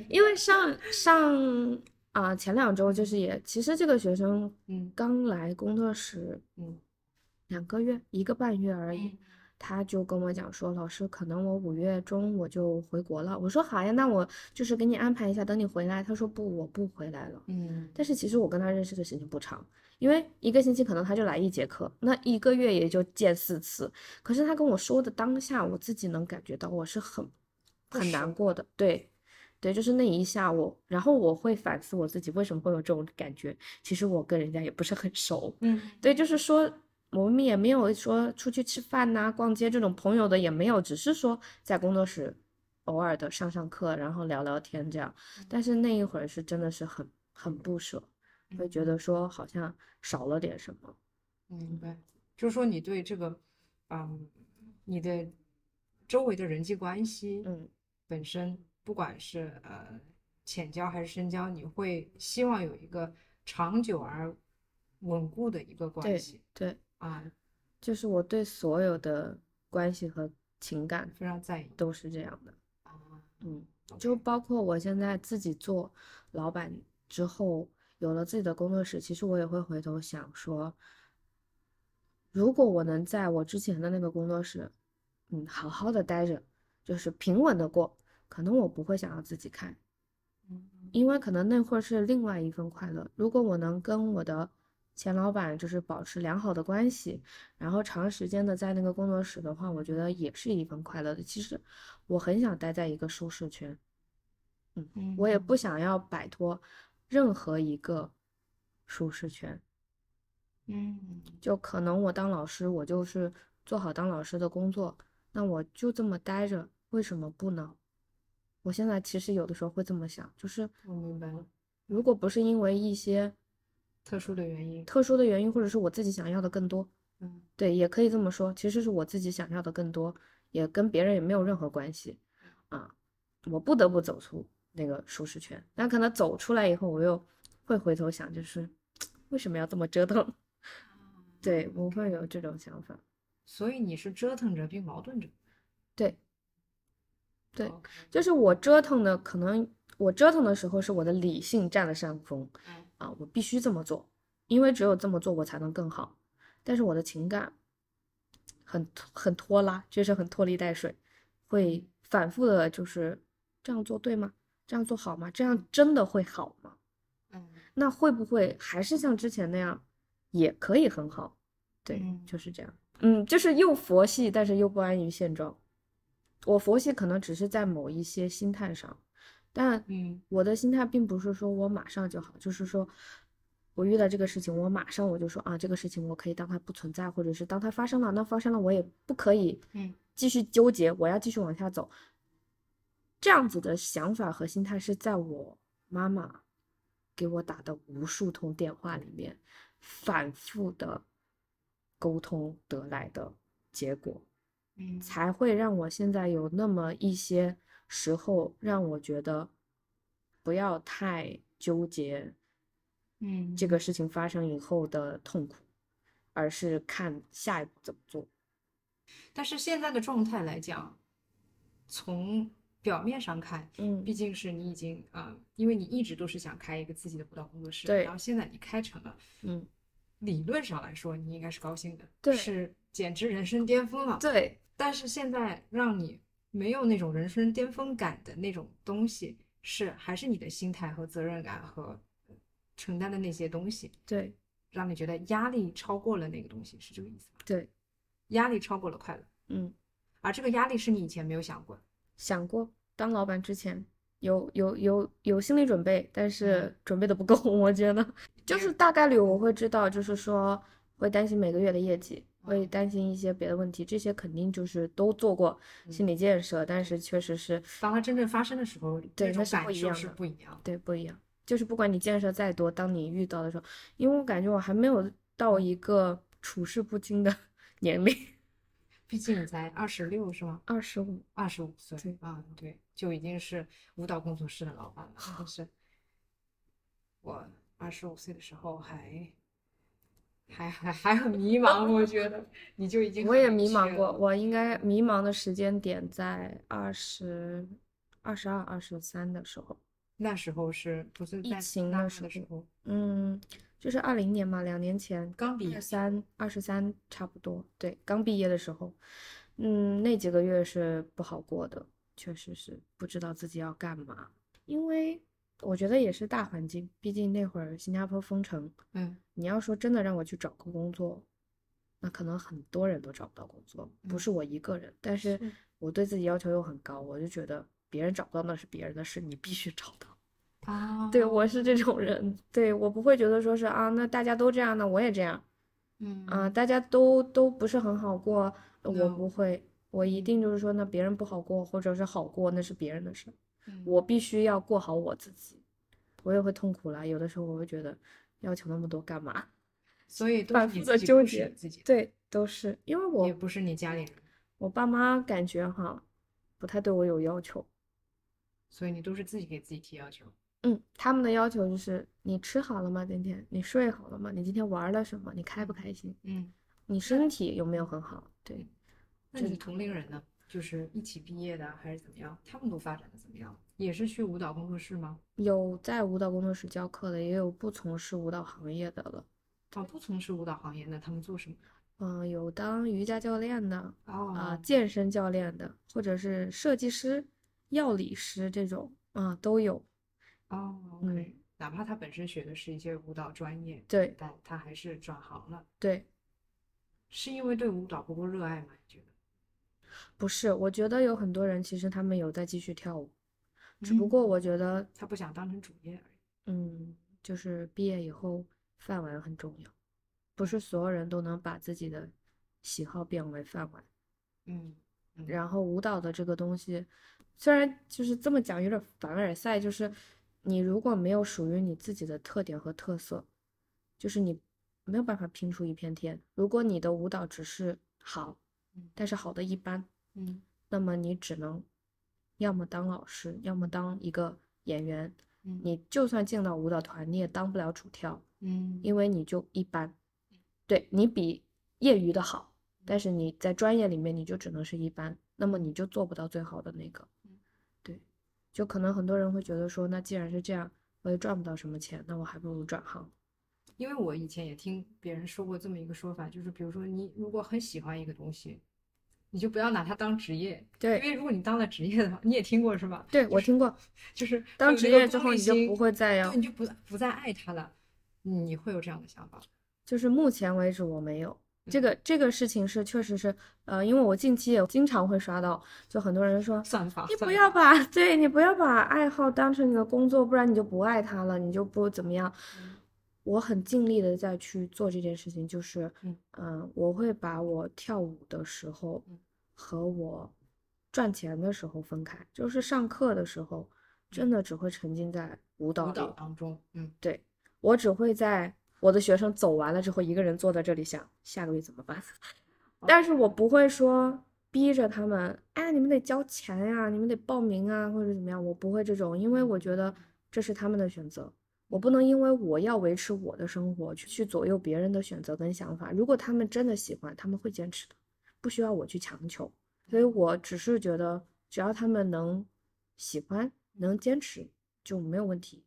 B: 因为上上啊、前两周就是也，其实这个学生
A: 嗯
B: 刚来工作室
A: 嗯
B: 两个月一个半月而已，
A: 嗯
B: 他就跟我讲说，老师，可能我五月中我就回国了。我说好呀，那我就是给你安排一下，等你回来。他说不，我不回来了。
A: 嗯，
B: 但是其实我跟他认识的时间不长，因为一个星期可能他就来一节课，那一个月也就见四次。可是他跟我说的当下，我自己能感觉到我是很
A: 不
B: 很难
A: 舍
B: 过的，对。对，就是那一下我，然后我会反思我自己为什么会有这种感觉。其实我跟人家也不是很熟，
A: 嗯
B: 对，就是说我们也没有说出去吃饭呐、逛街这种朋友的也没有，只是说在工作室偶尔的上上课，然后聊聊天这样。但是那一会儿是真的是很很不舍，
A: 嗯
B: 会觉得说好像少了点什么。
A: 明白，就是说你对这个，嗯，你的周围的人际关系，
B: 嗯，
A: 本身不管是呃浅交还是深交，你会希望有一个长久而稳固的一个关系
B: 对，
A: 啊，
B: 就是我对所有的关系和情感
A: 非常在意
B: 都是这样的。
A: 啊。
B: 嗯，就包括我现在自己做老板之后，有了自己的工作室，其实我也会回头想说，如果我能在我之前的那个工作室，嗯，好好的待着，就是平稳的过，可能我不会想要自己开，
A: 嗯
B: 因为可能那会儿是另外一份快乐。如果我能跟我的前老板就是保持良好的关系，然后长时间的在那个工作室的话，我觉得也是一份快乐的。其实我很想待在一个舒适圈，
A: 嗯
B: 我也不想要摆脱任何一个舒适圈。
A: 嗯
B: 就可能我当老师，我就是做好当老师的工作，那我就这么待着，为什么不呢？我现在其实有的时候会这么想，就是
A: 我明白了，
B: 如果不是因为一些
A: 特殊的原因，
B: 特殊的原因，或者是我自己想要的更多，
A: 嗯
B: 对，也可以这么说，其实是我自己想要的更多，也跟别人也没有任何关系啊。我不得不走出那个舒适圈，那可能走出来以后，我又会回头想，就是为什么要这么折腾？ 对我会有这种想法。
A: 所以你是折腾着并矛盾着。
B: 对，对
A: OK，
B: 就是我折腾的，可能我折腾的时候是我的理性占了上风
A: 嗯，
B: 啊，我必须这么做，因为只有这么做我才能更好。但是我的情感很很拖拉，就是很拖泥带水，会反复的，就是这样做对吗？这样做好吗？这样真的会好吗？
A: 嗯，
B: 那会不会还是像之前那样，也可以很好？对，
A: 嗯
B: 就是这样。嗯，就是又佛系，但是又不安于现状。我佛系可能只是在某一些心态上，但
A: 嗯
B: 我的心态并不是说我马上就好，就是说我遇到这个事情，我马上我就说啊，这个事情我可以当它不存在，或者是当它发生了，那发生了我也不可以
A: 嗯
B: 继续纠结，我要继续往下走。这样子的想法和心态是在我妈妈给我打的无数通电话里面反复的沟通得来的结果。
A: 嗯，
B: 才会让我现在有那么一些时候让我觉得不要太纠结
A: 嗯
B: 这个事情发生以后的痛苦，而是看下一步怎么做。
A: 但是现在的状态来讲，从表面上看，
B: 嗯
A: 毕竟是你已经啊、呃因为你一直都是想开一个自己的舞蹈工作室，
B: 对
A: 然后现在你开成了，
B: 嗯，
A: 理论上来说你应该是高兴的，
B: 对
A: 是简直人生巅峰了。
B: 对
A: 但是现在让你没有那种人生巅峰感的那种东西，是还是你的心态和责任感和呃承担的那些东西，
B: 对
A: 让你觉得压力超过了那个东西，是这个意思吧？
B: 对，
A: 压力超过了快乐，
B: 嗯，
A: 而这个压力是你以前没有想过的。
B: 想过当老板之前有有有有心理准备，但是准备的不够， 我觉得就是大概率我会知道，就是说会担心每个月的业绩，会担心一些别的问题，这些肯定就是都做过心理建设，但是确实是
A: 当它真正发生的时候，
B: 对
A: 那种
B: 那是不
A: 感
B: 一
A: 受
B: 样
A: 是
B: 的
A: 不一样的。
B: 对不一样，就是不管你建设再多，当你遇到的时候，因为我感觉我还没有到一个处事不惊的 年龄，
A: 毕竟你才二十六是吗？
B: 二十五，
A: 二十五岁
B: 对
A: 啊，对，就已经是舞蹈工作室的老板了。但是，我二十五岁的时候还还还还很迷茫，我觉得你就已经
B: 我
A: 很
B: 也
A: 明
B: 迷茫
A: 确
B: 过，
A: 了嗯
B: 我应该迷茫的时间点在二十二、十二、二十三的时候，
A: 那时候是不是
B: 疫
A: 在
B: 情
A: 那
B: 的
A: 时的
B: 时
A: 时候
B: 嗯，就是二零年嘛，两年前，
A: 刚毕业
B: 二？三、二十三差不多，对，刚毕业的时候，嗯，那几个月是不好过的，确实是不知道自己要干嘛，因为我觉得也是大环境，毕竟那会儿新加坡封城，
A: 嗯
B: 你要说真的让我去找个工作，那可能很多人都找不到工作，不
A: 嗯
B: 是我一个人。但是
A: 是
B: 我对自己要求又很高，我就觉得别人找不到那是别人的事，你必须找到。
A: 啊，
B: 对，我是这种人，对，我不会觉得说是啊，那大家都这样，那我也这样
A: 嗯
B: 啊，大家都都不是很好过，呃我
A: No
B: 不会，我一定就是说，那别人不好过或者是好过，那是别人的事。
A: 嗯
B: 我必须要过好我自己，我也会痛苦啦。有的时候我会觉得要求那么多干嘛？
A: 所以都
B: 反
A: 是你
B: 复
A: 自
B: 地
A: 己
B: 纠
A: 不是
B: 结
A: 你自己的，
B: 对，都是因为
A: 也
B: 我
A: 不是你家里人，
B: 我爸妈感觉哈不太对我有要求，
A: 所以你都是自己给自己提要求。
B: 嗯，他们的要求就是你吃好了吗？今天你睡好了吗？你今天玩了什么？你开不开心？
A: 嗯，
B: 你身体有没有很好？对，
A: 那你
B: 真
A: 的同龄人呢？就是一起毕业的还是怎么样？他们都发展的怎么样？也是去舞蹈工作室吗？
B: 有在舞蹈工作室教课的，也有不从事舞蹈行业的了。
A: 哦，不从事舞蹈行业的，他们做什么？
B: 嗯，有当瑜伽教练的，
A: 哦，
B: 啊、健身教练的，或者是设计师、药理师这种，啊、都有。
A: 哦
B: 嗯
A: ，OK，哪怕他本身学的是一些舞蹈专业，
B: 对
A: 但他还是转行了，
B: 对，
A: 是因为对舞蹈不够热爱吗？你觉得？
B: 不是，我觉得有很多人其实他们有在继续跳舞，只不过
A: 嗯
B: 我觉得，
A: 他不想当成主业而已。
B: 嗯，就是毕业以后饭碗很重要，不是所有人都能把自己的喜好变为饭碗。
A: 嗯嗯
B: 然后舞蹈的这个东西，虽然就是这么讲有点凡尔赛，就是你如果没有属于你自己的特点和特色，就是你没有办法拼出一片天。如果你的舞蹈只是好
A: 嗯，
B: 但是好的一般，
A: 嗯
B: 那么你只能要么当老师，要么当一个演员。
A: 嗯
B: 你就算进到舞蹈团，你也当不了主跳，
A: 嗯，
B: 因为你就一般，对你比业余的好，但是你在专业里面你就只能是一般，那么你就做不到最好的那个。
A: 嗯
B: 对，就可能很多人会觉得说，那既然是这样，我也赚不到什么钱，那我还不如转行。
A: 因为我以前也听别人说过这么一个说法，就是比如说你如果很喜欢一个东西，你就不要拿它当职业，因
B: 对，
A: 为如果你当了职业的话，你也听过是吧？
B: 对我听过，
A: 就是
B: 当
A: 会有
B: 职
A: 那个
B: 业之
A: 功
B: 后
A: 利
B: 你就
A: 心
B: 不会再要
A: 对，你就不不再爱它了，你会有这样的想法。
B: 就是目前为止我没有这
A: 嗯
B: 个这个事情是确实是，呃，因为我近期也经常会刷到，就很多人说
A: 算法，
B: 你不
A: 算
B: 要
A: 法
B: 把，对你不要把爱好当成你的工作，不然你就不爱它了，你就不怎么样。
A: 嗯
B: 我很尽力的在去做这件事情，就是，
A: 嗯
B: 嗯、我会把我跳舞的时候
A: 嗯
B: 和我赚钱的时候分开，就是上课的时候，真的只会沉浸在舞蹈
A: 嗯舞
B: 里，
A: 蹈当中，嗯，
B: 对，我只会在我的学生走完了之后，一个人坐在这里想下个月怎么办，但是我不会说逼着他们，哎，你们得交钱呀、你们得报名啊，或者怎么样，我不会这种，因为我觉得这是他们的选择，我不能因为我要维持我的生活去去左右别人的选择跟想法。如果他们真的喜欢，他们会坚持的，不需要我去强求。所以我只是觉得，只要他们能喜欢，能坚持就没有问题。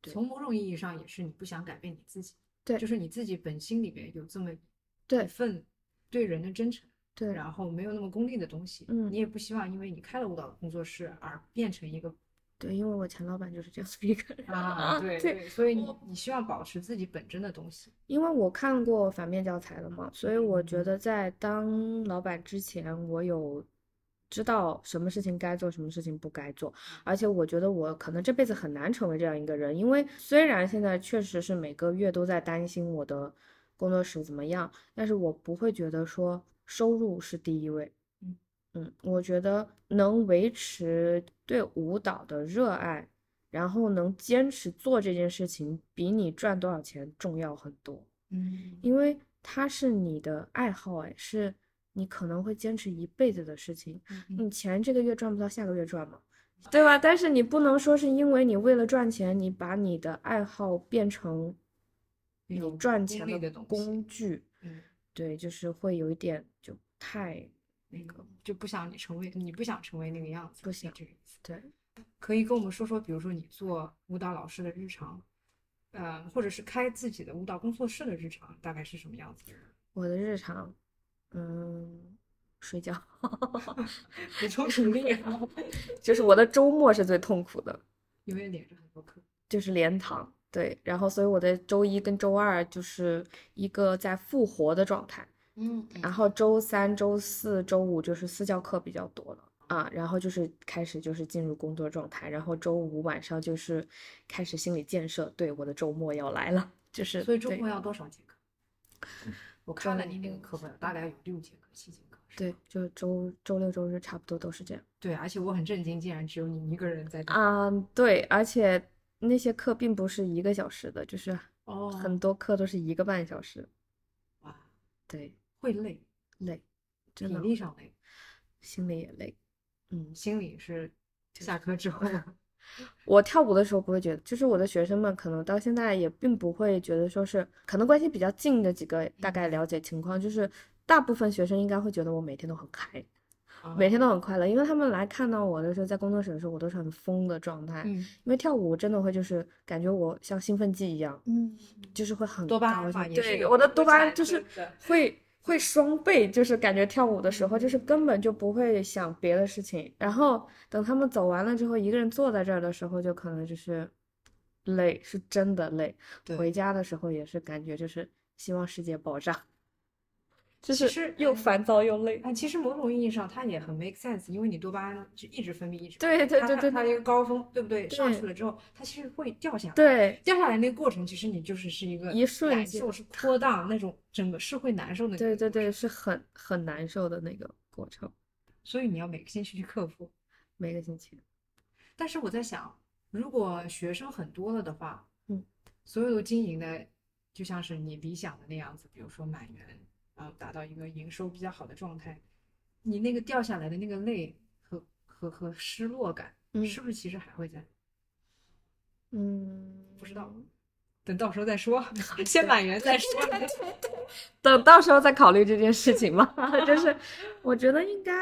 B: 对
A: 从某种意义上也是你不想改变你自己，
B: 对
A: 就是你自己本心里面有这么一
B: 对
A: 份对人的真诚，
B: 对，
A: 然后没有那么功利的东西，
B: 嗯
A: 你也不希望因为你开了舞蹈工作室而变成一个
B: 对，因为我前老板就是这样 的一个人
A: 啊，对
B: 对，
A: 对，所以你你希望保持自己本真的东西，
B: 因为我看过反面教材了嘛，所以我觉
A: 嗯
B: 得在当老板之前，我有知道什么事情该做，什么事情不该做。
A: 嗯
B: 而且我觉得我可能这辈子很难成为这样一个人，因为虽然现在确实是每个月都在担心我的工作室怎么样，但是我不会觉得说收入是第一位。
A: 嗯
B: 嗯，我觉得能维持对舞蹈的热爱，然后能坚持做这件事情，比你赚多少钱重要很多，
A: 嗯
B: 因为它是你的爱好，哎，是你可能会坚持一辈子的事情。
A: 嗯
B: 你钱这个月赚不到，下个月赚嘛，对吧？但是你不能说是因为你为了赚钱，你把你的爱好变成
A: 一
B: 你
A: 种
B: 赚
A: 功
B: 钱
A: 利
B: 的
A: 的东西
B: 工具，
A: 嗯，
B: 对，就是会有一点就太那个，
A: 就不想你成为你不想成为那个样子，
B: 不
A: 是
B: 想
A: 这个意思。
B: 对，
A: 可以跟我们说说，比如说你做舞蹈老师的日常，呃，或者是开自己的舞蹈工作室的日常，大概是什么样子的？
B: 我的日常，嗯，睡觉。
A: 补充体力啊，
B: 就是我的周末是最痛苦的，
A: 因为连着很多课，
B: 就是连堂。对，然后所以我的周一跟周二就是一个在复活的状态，
A: 嗯，
B: 然后周三、周四周五就是私教课比较多了啊，然后就是开始就是进入工作状态，然后周五晚上就是开始心理建设，对，我的周末要来了，就是
A: 所以周
B: 对
A: 末要多少节课？我看了
B: 周
A: 你那个课本，大概有六节课、七节课。是
B: 对
A: 吧，
B: 就是周周六周日差不多都是这样。
A: 对，而且我很震惊，竟然只有你一个人在打。
B: 啊，对，而且那些课并不是一个小时的，就是
A: 哦，
B: 很多课都是一个半小时，
A: 哇，
B: 对，
A: 会累，
B: 累，
A: 体
B: 真的
A: 力上累，
B: 心里也累。嗯，
A: 心里是下课之 后啊
B: 我跳舞的时候不会觉得，就是我的学生们可能到现在也并不会觉得说是，可能关系比较近的几个大概了解情况，就是大部分学生应该会觉得我每天都很开，每天都很快乐，因为他们来看到我的时候，在工作室的时候，我都是很疯的状态，
A: 嗯
B: 因为跳舞真的会就是感觉我像兴奋剂一样，
A: 嗯，
B: 就是会很
A: 多巴胺
B: 高
A: 嘛
B: 兴
A: 也是
B: 对，
A: 有
B: 我的
A: 会
B: 多巴胺
A: 产
B: 就是
A: 生的
B: 会会双倍，就是感觉跳舞的时候，就是根本就不会想别的事情。然后等他们走完了之后，一个人坐在这儿的时候，就可能就是累，是真的累。
A: 对
B: 回家的时候也是感觉就是希望世界爆炸，就
A: 其
B: 是
A: 实
B: 又
A: 嗯
B: 烦躁又累。
A: 啊，其实某种意义上，它也很 make sense，因为你多巴胺就一直分泌，一直分
B: 对
A: 泌
B: 对
A: 它
B: 对
A: 它
B: 对
A: 它
B: 对
A: 一个高峰，对不对？上
B: 对
A: 去了之后，它其实会掉下来。，
B: 对，
A: 掉下来那个过程，其实你就是是一个
B: 一瞬
A: 难
B: 间
A: 受，是波荡那种，整个是会难受的。
B: 对对。对，是很很难受的那个过程，
A: 所以你要每个星期去克服。
B: 每个星期。
A: 但是我在想，如果学生很多了的话，
B: 嗯，
A: 所有的经营的就像是你理想的那样子，比如说满员，然后达到一个营收比较好的状态，你那个掉下来的那个泪和和和失落感，
B: 嗯
A: 是不是其实还会在？
B: 嗯，
A: 不知道，等到时候再 说，先满员 再说。
B: 等到时候再考虑这件事情嘛。 就是我觉得应该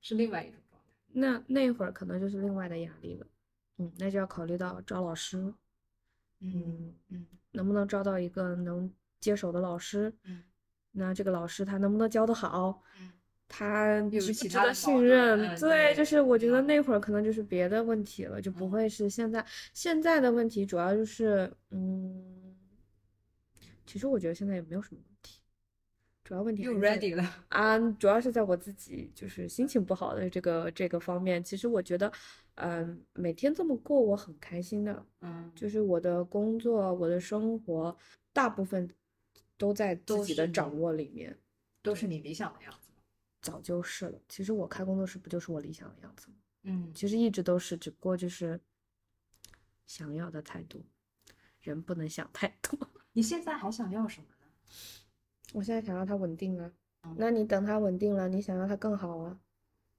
A: 是另外一种状态。
B: 那那会儿可能就是另外的压力了。嗯，那就要考虑到招老师，
A: 嗯嗯
B: 能不能招到一个能接手的老师？
A: 嗯，
B: 那这个老师他能不能教得好？
A: 嗯，
B: 他
A: 有
B: 值不
A: 其
B: 值
A: 他的保
B: 得信
A: 障
B: 任？
A: 嗯对
B: 就是我觉得
A: 嗯
B: 那会儿可能就是别的问题了，就不
A: 嗯
B: 会是现在。现在的问题主要就是，嗯，其实我觉得现在也没有什么问题，主要问题
A: 又
B: 还是在
A: ready 了。
B: 啊，主要是在我自己就是心情不好的这个这个方面。其实我觉得，嗯，每天这么过我很开心的，
A: 嗯，
B: 就是我的工作，我的生活，大部分都在自
A: 都
B: 己的
A: 是
B: 掌
A: 你
B: 握里面，
A: 都是你理想的样子。
B: 早就是了。其实我开工作室不就是我理想的样子吗？
A: 嗯，
B: 其实一直都是，只不过就是想要的太多，人不能想太多。
A: 你现在还想要什么呢？
B: 我现在想要它稳定啊
A: 嗯，
B: 那你等它稳定了，你想要它更好啊，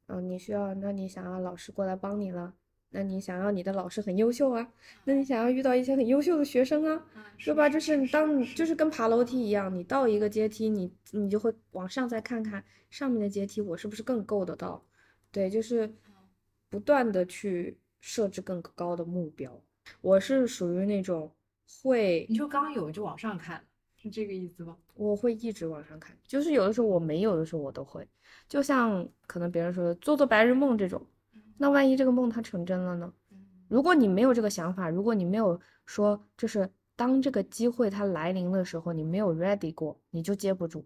B: 嗯，你需要，那你想要老师过来帮你了，那你想要你的老师很优秀啊，那你想要遇到一些很优秀的学生啊，
A: 嗯
B: 对吧？就是你当你就是跟爬楼梯一样，你到一个阶梯，你你就会往上再看看上面的阶梯，我是不是更够得到？对，就是不断的去设置更高的目标。我是属于那种会
A: 你说刚有就往上看，是这个意思吗？
B: 我会一直往上看，就是有的时候我没有的时候我都会，就像可能别人说的做做白日梦这种，那万一这个梦它成真了呢？
A: 嗯
B: 如果你没有这个想法，如果你没有说就是当这个机会它来临的时候，你没有 ready 过，你就接不住。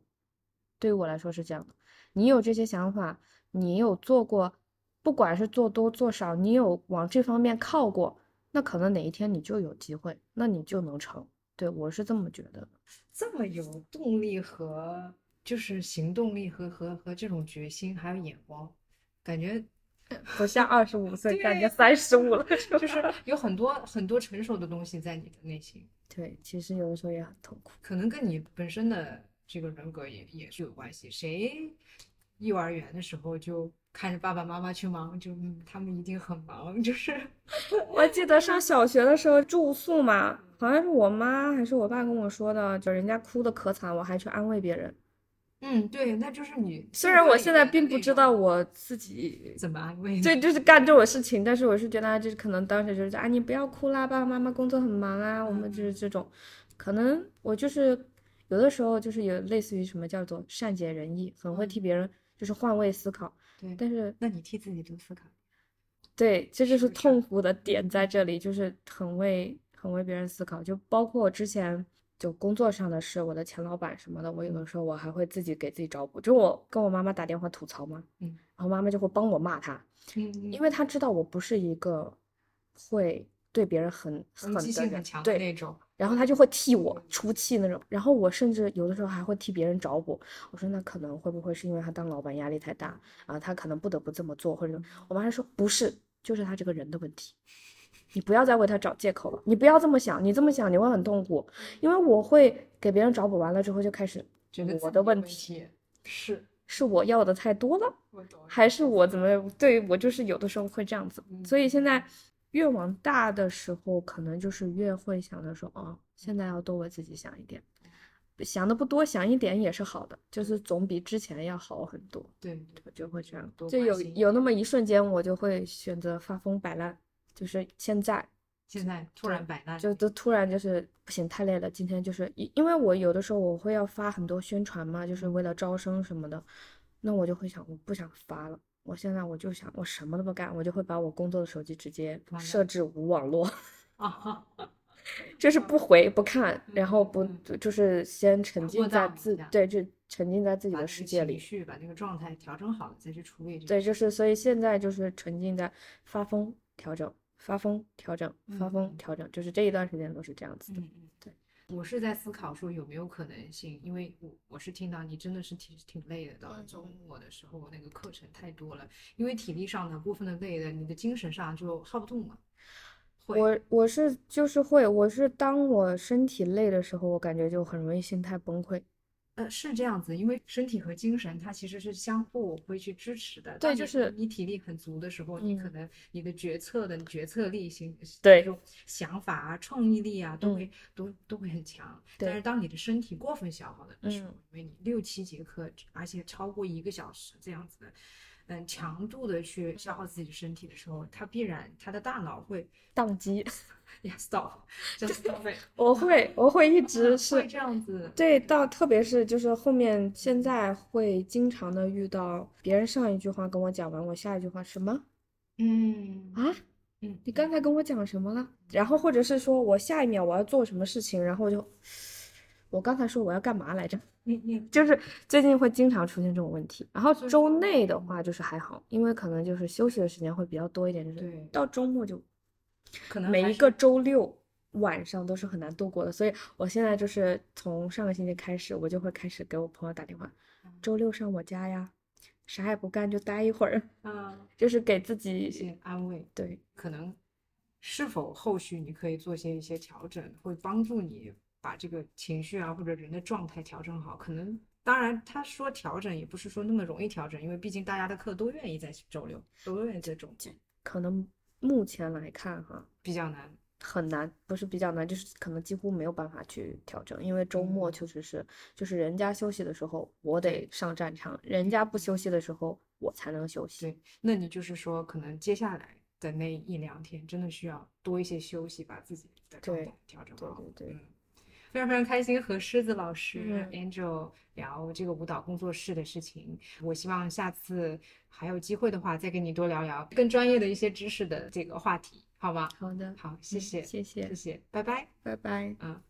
B: 对于我来说是这样的，你有这些想法，你有做过，不管是做多做少，你有往这方面靠过，那可能哪一天你就有机会，那你就能成。对，我是这么觉 得的。
A: 这么有动力和就是行动力和和和这种决心还有眼光，感觉
B: 不像二十 五岁，感觉
A: 对
B: 三十五 了，是吧
A: 就是 有很多很多成熟的东西在你的内心，
B: 对，其实有的时候也很痛苦。
A: 可能跟你本身的这个人格也也是有关系。谁幼儿园的时候就看着爸爸妈妈去忙，就嗯他们一定很忙，就是
B: 我记得上小学的时候住宿嘛，好像是我妈还是我爸跟我说的，就人家哭的可惨，我还去安慰别人。
A: 嗯，对，那就是你。
B: 虽然我现在
A: 你的
B: 并不
A: 那
B: 知
A: 种
B: 道我自己
A: 怎么安慰你，
B: 对，就是干这种事情，但是我是觉得，就是可能当时就是啊，你不要哭啦，爸爸妈妈工作很忙啊，我们就是这种，可能我就是有的时候就是有类似于什么叫做善解人意，很会
A: 嗯
B: 替别人就是换位思考，
A: 对
B: 但是。
A: 那你替自己多思考。
B: 对，这就是是
A: 不是
B: 痛苦的点在这里，就是很为很为别人思考，就包括我之前就工作上的事，我的前老板什么的，我有
A: 嗯
B: 的时候我还会自己给自己找补，就我跟我妈妈打电话吐槽嘛，
A: 嗯
B: 然后妈妈就会帮我骂他，
A: 嗯，
B: 因为她知道我不是一个会对别人很狠
A: 攻击
B: 的
A: 性很
B: 人，
A: 强的
B: 对，
A: 那种。
B: 然后他就会替我出气那种，然后我甚至有的时候还会替别人找补。我说那可能会不会是因为他当老板压力太大啊，他可能不得不这么做，或者我妈还说不是，就是他这个人的问题，你不要再为他找借口了，你不要这么想，你这么想你会很痛苦，因为我会给别人找补完了之后就开始
A: 觉得
B: 我
A: 自
B: 的
A: 己有
B: 问
A: 题是，
B: 是我要的太多了，
A: 我懂。
B: 还是我怎么对我就是有的时候会这样子，
A: 嗯
B: 所以现在越往大的时候，可能就是越会想着说，哦，现在要多为自己想一点，想的不多，想一点也是好的，就是总比之前要好很多，
A: 对，
B: 我就会这样，
A: 多
B: 就
A: 关
B: 有
A: 心一
B: 有那
A: 点
B: 么一瞬间，我就会选择发疯摆烂，就是现在
A: 现在突然摆烂，
B: 就都突然就是不行，太累了。今天就是因因为我有的时候我会要发很多宣传嘛，就是为了招生什么的，那我就会想，我不想发了。我现在我就想，我什么都不干，我就会把我工作的手机直接
A: 完了
B: 设置无网络，
A: 啊哈，
B: 就是不回不看，然后不
A: 嗯
B: 就就是先沉浸
A: 过
B: 在
A: 档一
B: 自
A: 下
B: 对，就沉浸在自己
A: 把那
B: 的
A: 个
B: 世界里
A: 情。绪把那个状态调整好了再去处理这个。
B: 对，就是所以现在就是沉浸在发疯调整、发疯调整、发疯
A: 嗯
B: 调整，就是这一段时间都是这样子的。
A: 嗯嗯，
B: 对。
A: 我是在思考说有没有可能性，因为我我是听到你真的是挺挺累的，到了周末的时候那个课程太多了，因为体力上的部分的累的，你的精神上就耗不动了。会，
B: 我我是就是会，我是当我身体累的时候，我感觉就很容易心态崩溃，
A: 呃，是这样子，因为身体和精神它其实是相互会去支持的。
B: 对
A: 当
B: 就
A: 你
B: 是嗯
A: 你体力很足的时候，你可能你的决策的决策力、行
B: 对
A: 这种想法啊、创意力啊，都
B: 嗯
A: 会都都会很强。
B: 对
A: 但是当你的身体过分消耗的时候，
B: 嗯
A: 因为你六七节课，而且超过一个小时这样子的，嗯，强度的去消耗自己的身体的时候，它必然它的大脑会
B: 宕机，
A: 呀 stop，就 stop it，
B: 我 会我会一直 是
A: 会这样子。
B: 对，到特别是就是后面现在会经常的遇到别人上一句话跟我讲完，我下一句话什么
A: 嗯
B: 啊？
A: 嗯，
B: 你刚才跟我讲什么了？然后或者是说我下一秒我要做什么事情，然后我就 我刚才说我要干嘛来着？
A: 你你
B: 就是最近会经常出现这种问题。然后
A: 就是
B: 周内的话就是还好，因为可能就是休息的时间会比较多一点，就是
A: 对，
B: 到周末就
A: 可能还
B: 每一
A: 是
B: 个周六晚上都是很难度过的，所以我现在就是从上个星期开始，我就会开始给我朋友打电话，
A: 嗯
B: 周六上我家呀，啥也不干就待一会儿，
A: 嗯
B: 就是给自
A: 一
B: 己
A: 些安慰，
B: 对
A: 可能是否后续你可以做些一些调整，会帮助你把这个情绪啊或者人的状态调整好。可能当然他说调整也不是说那么容易调整，因为毕竟大家的课都愿意在周六，都愿意在周末，
B: 可能目前来看哈。
A: 比较难。
B: 很难，不是比较难，就是可能几乎没有办法去调整，因为周
A: 嗯
B: 末确实是，就是人家休息的时候我得上战场，人家不休息的时候我才能休息。
A: 对，那你就是说，可能接下来的那一两天真的需要多一些休息，把自己的状
B: 对
A: 态调整
B: 对
A: 好。
B: 对对
A: 嗯，非常非常开心和狮子老师、
B: 嗯
A: Angel 聊这个舞蹈工作室的事情。我希望下次还有机会的话，再跟你多聊聊更专业的一些知识的这个话题，好吗？
B: 好的，
A: 好，谢
B: 嗯
A: 谢，
B: 谢谢
A: 谢，谢，拜拜。
B: 拜拜。
A: 嗯。